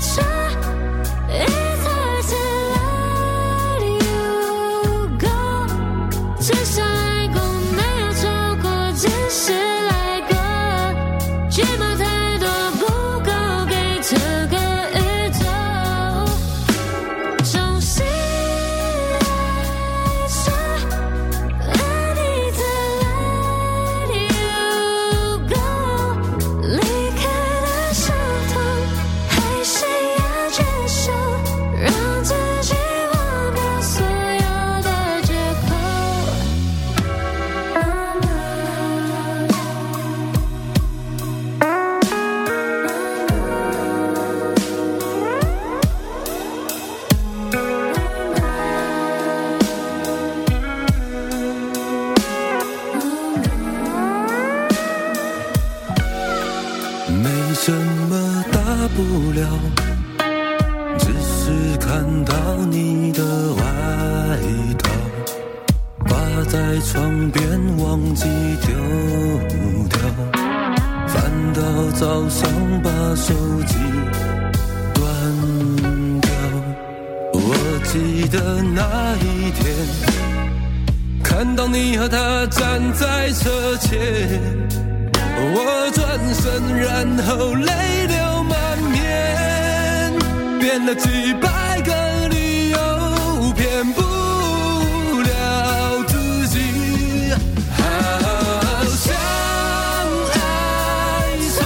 [SPEAKER 10] ，try it's hard to let you go，至少爱过没有错过，只是来过。睫毛太多不够给这个宇宙，总是爱上了你才 let you go，离开的伤痛还是要接受，让自己忘掉所有的借口。
[SPEAKER 8] 没什么大不了，只是看到你的外套挂在床边，忘记丢掉，翻到早上把手机断掉，我只
[SPEAKER 11] 记得那一天，看到你和他站在车前，我转身，然后泪流满面，编了几百个理由，骗不了自己。好想爱错。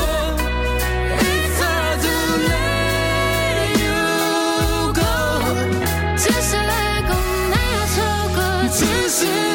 [SPEAKER 11] It's hard to let you go，只是爱过没有错过，只是。